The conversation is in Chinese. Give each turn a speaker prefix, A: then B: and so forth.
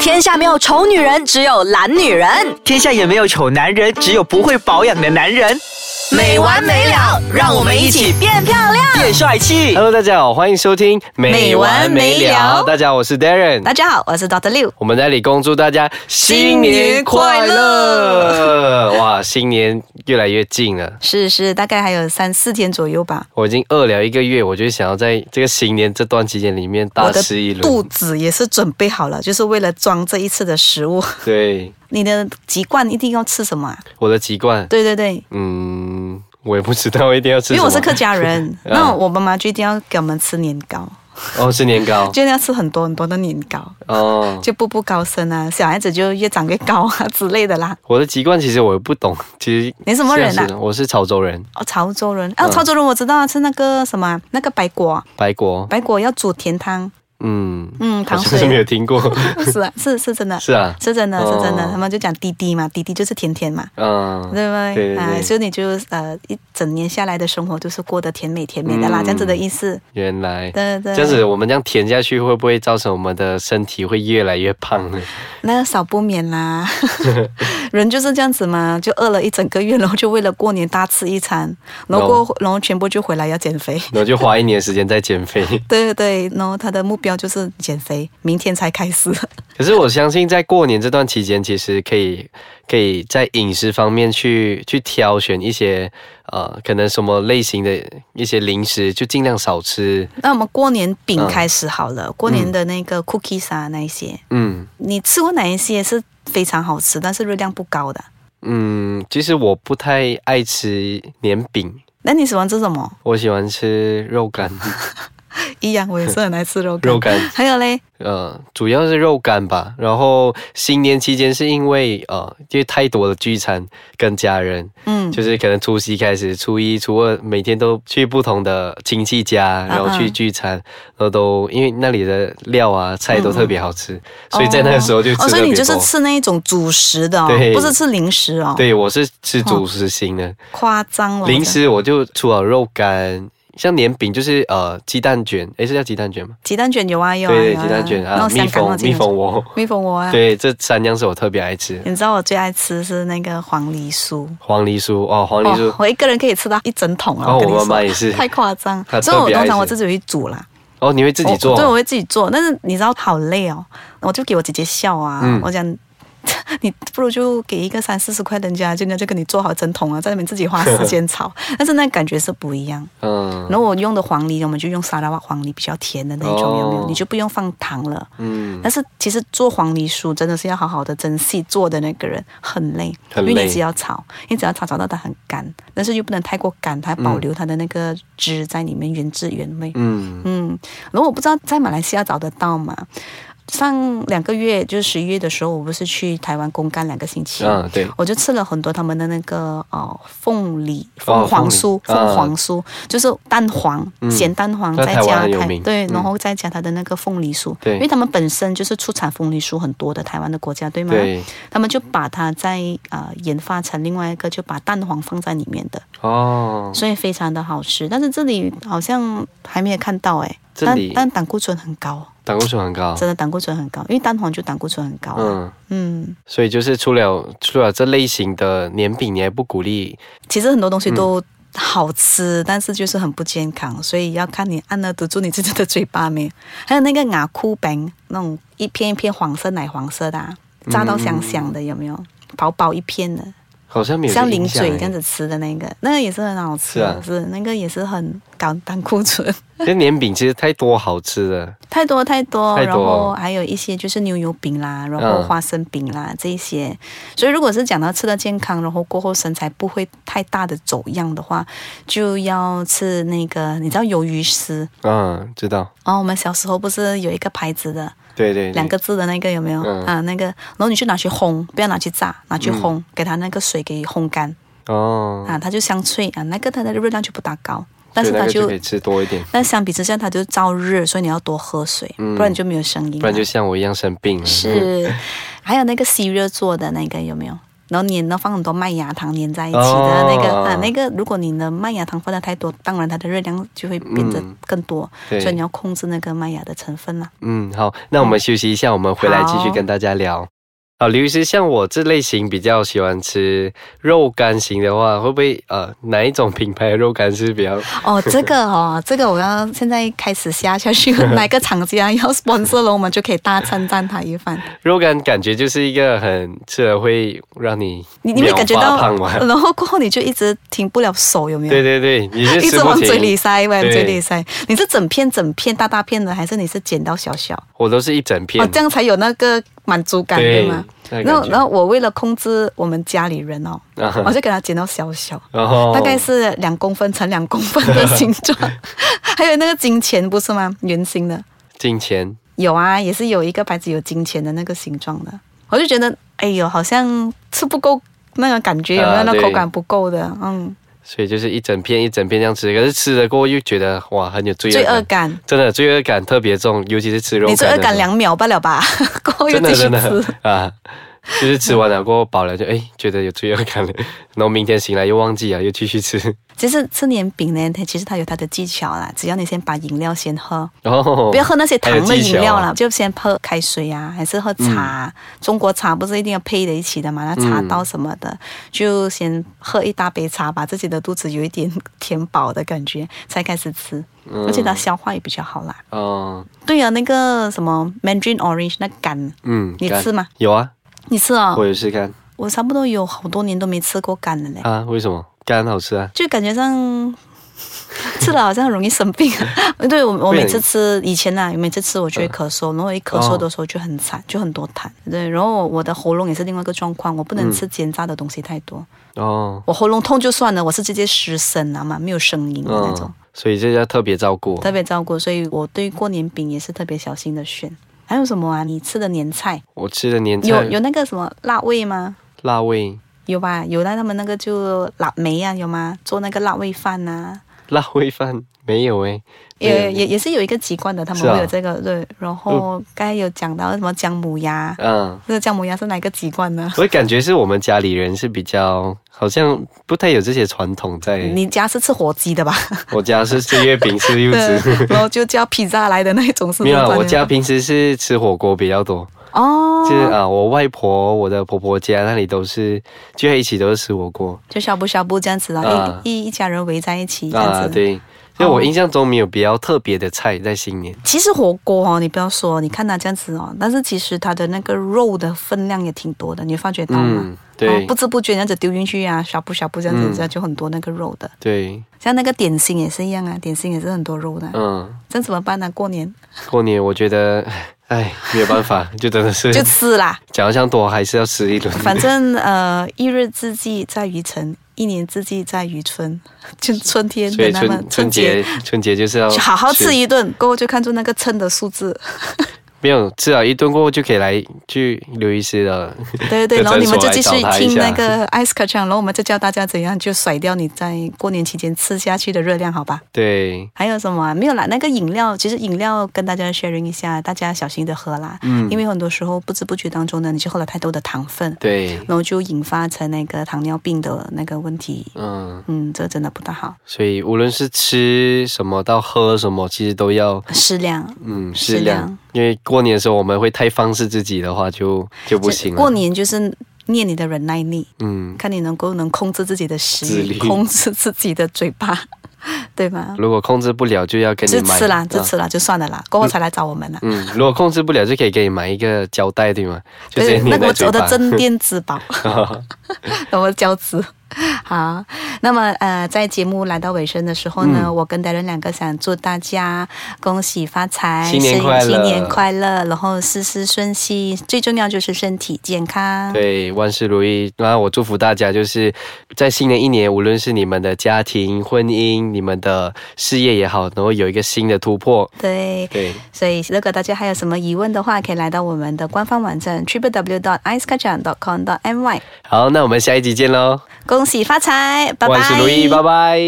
A: 天下没有丑女人，只有懒女人。
B: 天下也没有丑男人，只有不会保养的男人。
A: 没完没了，让我们一起变漂亮。
B: 变帅气。
C: Hello，大家好，欢迎收听
A: 美完美了
C: 大家好，我是 Darren，
A: 大家好，我是 Doctor Liu。
C: 我们在里恭祝大家
A: 新年快乐！
C: 哇，新年越来越近了。
A: 是是，大概还有三四天左右吧。
C: 我已经饿了一个月，我就想要在这个新年这段期间里面大
A: 我的
C: 吃一
A: 肚
C: 轮。
A: 子也是准备好了，就是为了装这一次的食物。
C: 对，
A: 你的籍贯一定要吃什么、啊？
C: 我的籍贯，
A: 对对对，
C: 嗯，我也不知道，一定要吃什
A: 因
C: 么。
A: 为 我是客 家人，
C: 嗯
A: 那我妈妈就一定要给我们吃年糕，
C: 哦，吃年糕
A: 就一定要吃很多很多的年糕。
C: 哦。
A: 就步步高升啊，小孩子就越长越高啊之类的啦。
C: 我的籍贯其实我也不懂，其实
A: 你什么人啊
C: 现实我是潮州人，
A: 哦，潮州人，哦，
C: 嗯
A: 潮州人我知道啊，吃那个什么啊，那个白果，
C: 白国，
A: 白果要煮甜汤，
C: 嗯，
A: 嗯，
C: 好
A: 糖
C: 像是没
A: 水，
C: 有听过，
A: 是啊，是是真的，
C: 是啊，
A: 是真的，是真的，
C: 哦
A: 他们就讲滴滴嘛，滴滴就是甜甜嘛。
C: 嗯，
A: 对不
C: 对对
A: 啊，
C: 对
A: 所以你就呃一整年下来的生活就是过得甜美甜美的啦，
C: 嗯
A: 这样子的意思。
C: 原来
A: 对对，
C: 这样子，我们这样填下去，会不会造成我们的身体会越来越胖呢？
A: 那少不 免啦。人就是这样子嘛，就饿了一整个月，然后就为了过年大吃一餐，然后
C: 哦
A: 过然后全部就回来要减肥。
C: 然后就花一年时间在减肥。
A: 对对，然后他的目标就是减肥，明天才开始。
C: 可是我相信，在过年这段期间，其实可以可以在饮食方面去去挑选一些呃，可能什么类型的一些零食，就尽量少吃。
A: 那我们过年饼开始好了，过年的那个 cookies 啊那一些，
C: 嗯
A: 你吃过哪一些是非常好吃，但是热量不高的？
C: 嗯，其实我不太爱吃年饼，
A: 那你喜欢吃什么？
C: 我喜欢吃肉干，
A: 一样，我也是很爱吃肉干。
C: 肉干。
A: 还有嘞，
C: 呃，主要是肉干吧。然后新年期间是因为呃，因为太多的聚餐跟家人，
A: 嗯，
C: 就是可能除夕开始，初一、初二每天都去不同的亲戚家，然后去聚
A: 嗯
C: 餐，然后都因为那里的料啊菜都特别好吃，所以在那个时候就吃
A: 嗯哦，
C: 得
A: 所
C: 特
A: 以
C: 别
A: 你
C: 多。
A: 就是吃那一种主食的哦，
C: 对
A: 不是吃零食哦，
C: 对，我是吃主食型的，
A: 夸张了。
C: 零食我就除了肉干。像年饼就是呃鸡蛋卷，诶是叫鸡蛋卷吗？
A: 鸡蛋卷有啊有啊，
C: 对对，
A: 有啊
C: 鸡蛋卷
A: 那
C: 啊，
A: 种
C: 蜜
A: 香港
C: 蜂
A: 的
C: 蜜蜂窝，
A: 蜜蜂窝啊。
C: 对，这三样是我特别爱吃。
A: 你知道我最爱吃是那个黄梨酥，
C: 黄梨酥哦，黄梨酥
A: 哦，我一个人可以吃到一整桶啊！
C: 哦
A: 我跟你
C: 我
A: 说，
C: 妈妈也是
A: 太夸张
C: 她。
A: 所以
C: 特
A: 我
C: 别爱
A: 通常
C: 吃
A: 我自己会煮啦，
C: 哦，你会自己做
A: 我对，我会自己做。但是你知道好累哦，我就给我姐姐笑啊，
C: 嗯
A: 我讲。 你不如就给一个三四十块人家，人家就给你做好整桶啊，在那边自己花时 间炒，但是那感觉是不一样。
C: 嗯
A: 然后我用的黄梨，我们就用沙拉瓦黄梨比较甜的那种，
C: 哦
A: 有没有？你就不用放糖了。
C: 嗯，
A: 但是其实做黄梨酥真的是要好好的珍惜做的那个人，很累，
C: 很累
A: 因为你只要炒，你只要炒炒到它很干，但是又不能太过干，它保留它的那个汁在里面，原汁原味。
C: 嗯
A: 嗯，然后我不知道在马来西亚找得到吗？上两个月就是十一月的时候，我不是去台湾公干两个星期，
C: 嗯，对，
A: 我就吃了很多他们的那个呃凤梨、
C: 哦
A: 凤凰酥、
C: 凤梨啊
A: 凤凰酥，就是蛋黄、
C: 嗯
A: 咸蛋黄，
C: 那
A: 再
C: 台湾
A: 加
C: 很有
A: 台
C: 名
A: 对，
C: 嗯
A: 然后再加它的那个凤梨酥，
C: 对
A: 因为他们本身就是出产凤梨酥很多的台湾的国家，对吗？
C: 对
A: 他们就把它在呃研发成另外一个，就把蛋黄放在里面的，
C: 哦，
A: 所以非常的好吃。但是这里好像还没有看到哎、
C: 这
A: 但
C: 里哦
A: 但胆固醇很高，
C: 胆固醇很高，
A: 真的胆固醇很高，因为蛋黄就胆固醇很高、啊。
C: 嗯，
A: 嗯
C: 所以就是除了除了这类型的年饼，你还不鼓励
A: 其实很多东西
C: 嗯
A: 都好吃，但是就是很不健康，所以要看你按得得住你自己的嘴巴没。还有那个牙箍饼，那种一片一片黄色奶黄色的、啊，
C: 嗯
A: 炸到香香的，有没有？薄薄一片的，
C: 好像没有
A: 像零
C: 影响
A: 嘴
C: 欸
A: 这样。子吃的那个，那个也是很好吃，
C: 是啊
A: 是那个也是很高胆固醇，
C: 这年饼其实太多好吃的，
A: 太多太多，
C: 太多
A: 然后还有一些就是牛油饼啦，然后
C: 嗯
A: 花生饼啦、这一些。所以如果是讲到吃的健康，然后过后身材不会太大的走样的话，就要吃那个你知道鱿鱼丝
C: 嗯，知道，
A: 哦，我们小时候不是有一个牌子的
C: 对对，对
A: 两个字的那个有没有、
C: 嗯
A: 啊？那个，然后你就拿去烘，不要拿去炸，拿去烘，给它那个水给烘干
C: 哦，
A: 啊，它就香脆啊，那个它的热量就不大高，但
C: 所
A: 是
C: 以那
A: 它
C: 个
A: 就
C: 可以吃多一点，
A: 但相比之下它就燥热，所以你要多喝水，
C: 嗯
A: 不然你就没有声音了，
C: 不然就像我一样生病了。嗯
A: 是，还有那个 cereal 做的那个有没有？然后粘呢放很多麦芽糖粘在一起的那个、
C: 哦
A: 啊，那个如果你的麦芽糖放的太多，当然它的热量就会变得
C: 嗯
A: 更多，
C: 对
A: 所以你要控制那个麦芽的成分 啦。
C: 嗯，好，那我们休息一下，我们回来继续
A: 好
C: 跟大家聊。好，刘医师，像我这类型比较喜欢吃肉干型的话，会不会呃哪一种品牌的肉干是比 较？
A: 哦，这个哦，这个我要现在开始下下去， 哪个厂家要 sponsor 了，我们就可以大称赞他一番。
C: 肉干感觉就是一个很吃了会让你
A: 你你会感觉
C: 秒
A: 到呃
C: 发胖吗？，
A: 然后过后你就一直停不了手，有没有？
C: 对对对，你是
A: 一
C: 吃
A: 直
C: 不
A: 往嘴里
C: 停。
A: 塞，往
C: 对
A: 嘴里塞。你是整片整片大大片的，还是你是剪到小小？
C: 我都是一整片。
A: 哦，这样才有那个满足感，对
C: 对
A: 吗？？
C: 那个
A: 然后，
C: 感觉
A: 然后我为了控制我们家里人哦，
C: 啊 哈哦
A: 我就给他剪到小小，
C: 然后
A: 大概是两公分乘两公分的形状。 还有那个金钱不是吗？圆形的
C: 金钱，
A: 有啊，也是有一个牌子有金钱的那个形状的。我就觉得，哎呦，好像吃不够那个感觉，有没有？
C: 啊
A: 那
C: 对
A: 口感不够的，嗯，
C: 所以就是一整片一整片这样吃，可是吃了过后又觉得哇很有罪
A: 罪
C: 恶
A: 恶
C: 感，
A: 感。
C: 真的罪恶感特别重，尤其是吃肉
A: 你
C: 干的时候。
A: 罪恶感两秒罢了吧， 过后又
C: 真
A: 继
C: 的
A: 续
C: 真的
A: 吃。
C: 啊，就是吃完了过后饱了就哎觉得有罪恶感了， 然后明天醒来又忘记了，啊又继续吃。
A: 其实吃年饼呢，它其实它有它的技巧啦，只要你先把饮料先喝，
C: 然后
A: 不要喝那些糖
C: 哦还有
A: 的
C: 技巧
A: 饮料
C: 啊嗯
A: 啦，就先喝开水啊，还是喝茶啊。中国茶不是一定要配在一起的嘛？那茶道什么
C: 嗯
A: 的，就先喝一大杯茶，把自己的肚子有一点填饱的感觉，才开始吃，而且它消化也比较好啦。
C: 嗯
A: 对啊，那个什么 Mandarin Orange 那柑，
C: 嗯，
A: 你
C: 干
A: 吃吗？
C: 有啊，
A: 你吃哦，
C: 我有吃干
A: 我差不多有好多年都没吃过柑了嘞。
C: 啊，为什么干好吃啊？
A: 就感觉上 吃了好像容易生病。啊 对我，我
C: 会很
A: 每次吃以前啊，每次吃我就
C: 嗯
A: 会咳嗽，然后一咳
C: 哦
A: 嗽的时候就很惨，就很多痰。对，然后我的喉咙也是另外一个状况，我不
C: 嗯
A: 能吃煎炸的东西太多，
C: 哦，
A: 我喉咙痛就算了，我是直接失声啊嘛，没有声音的那种，
C: 嗯，所以这要特别照顾
A: 特别照顾，所以我对过年饼也是特别小心的选。还有什么啊？你吃的年菜
C: 我吃的年菜
A: 有有那个什么辣味吗？
C: 辣味
A: 有吧？有那他们那个就腊梅啊，有吗？做那个辣味饭啊呐、
C: 辣味饭没有哎，
A: 也
C: 对
A: 也也是有一个籍贯的，他们
C: 是啊
A: 会有这个、对。然后刚才有讲到什么姜母鸭，
C: 嗯。
A: 这个姜母鸭是哪一个籍贯呢？
C: 我感觉是我们家里人是比较，好像不太有这些传统在。
A: 你家是吃火鸡 的吧？
C: 我家是吃月饼，吃柚 子，
A: 对，然后就叫披萨来的那种是
C: 没有啊，
A: 这样
C: 我
A: 的
C: 家平时是吃火锅比较多，
A: 哦，
C: 就是啊，我外婆、我的婆婆家那里都是聚在一起都是吃火锅
A: 就呷哺呷哺这样子啊，
C: 啊
A: 一一一家人围在一起这样子。哦
C: 啊，对。所以我印象中没有比较特别的菜在新年，
A: 其实火锅哦，你不要说，你看它这样子哦，但是其实它的那个肉的分量也挺多的，你有发觉到吗？
C: 嗯，对
A: 哦不知不觉这样子丢进去啊，呷哺呷哺这样子，
C: 嗯
A: 这样就很多那个肉的。
C: 对，
A: 像那个点心也是一样啊，点心也是很多肉的。
C: 嗯，
A: 这怎么办呢、过年
C: 过年我觉得， 哎，没有办法， 就真的是
A: 就吃啦。
C: 讲像多还是要吃一轮，
A: 反正呃，一日之计在于晨，一年之计在于春， 就春天
C: 所
A: 的
C: 以
A: 那么
C: 春春节春节就是要
A: 去好好吃一顿，过后就看出那个称的数字。
C: 没有吃了一顿过后就可以来去刘医师了，
A: 对对 对，
C: 就
A: 然后你们就继续
C: 诊所来找他一
A: 听
C: 下
A: 那 个 ice c a t c h a n 然后我们就教大家怎样就甩掉你在过年期间吃下去的热量，好吧？
C: 对，
A: 还有什么、啊、没有啦？那个饮料，其实饮料跟大家 sharing 一下，大家小心的喝啦，
C: 嗯
A: 因为很多时候不知不觉当中呢，你就喝了太多的糖分，
C: 对，
A: 然后就引发成那个糖尿病的那个问题。
C: 嗯，
A: 嗯，这真的不大好，
C: 所以无论是吃什么到喝什么，其实都要
A: 适量。
C: 嗯，适
A: 适
C: 量
A: 量，
C: 因为过年的时候我们会太放肆自己的话就，就不行了。啊
A: 过年就是念你的忍耐力，
C: 嗯，
A: 看你能够能控制自己的
C: 自
A: 食
C: 律
A: 欲，控制自己的嘴巴， 对吧？
C: 如果控制不了，就要跟你
A: 就
C: 买
A: 吃啦，
C: 啊
A: 就吃啦，就算了啦，过后才来找我们啦。
C: 嗯，如果控制不了，就可以给你买一个胶带，对吗？就直接
A: 对，
C: 粘
A: 那个
C: 在
A: 我
C: 嘴
A: 我的
C: 巴。
A: 镇店之 宝，我的胶质。好，那么呃，在节目来到尾声的时候呢，
C: 嗯
A: 我跟 Darren 两个想祝大家恭喜发财，
C: 新年
A: 生
C: 快乐
A: 新年快乐，然后事事顺心，最重要就是身体健康。
C: 对，万事如意。然后我祝福大家，就是在新的一年，无论是你们的家庭、婚姻、你们的事业也好，能够有一个新的突破。
A: 对
C: 对，
A: 所以如果大家还有什么疑问的话，可以来到我们的官方网站 triple w dot i c e k a c h a n dot com dot my。
C: 好，那我们下一集见喽，
A: 恭喜发财，拜拜。
C: 万事如意，拜拜。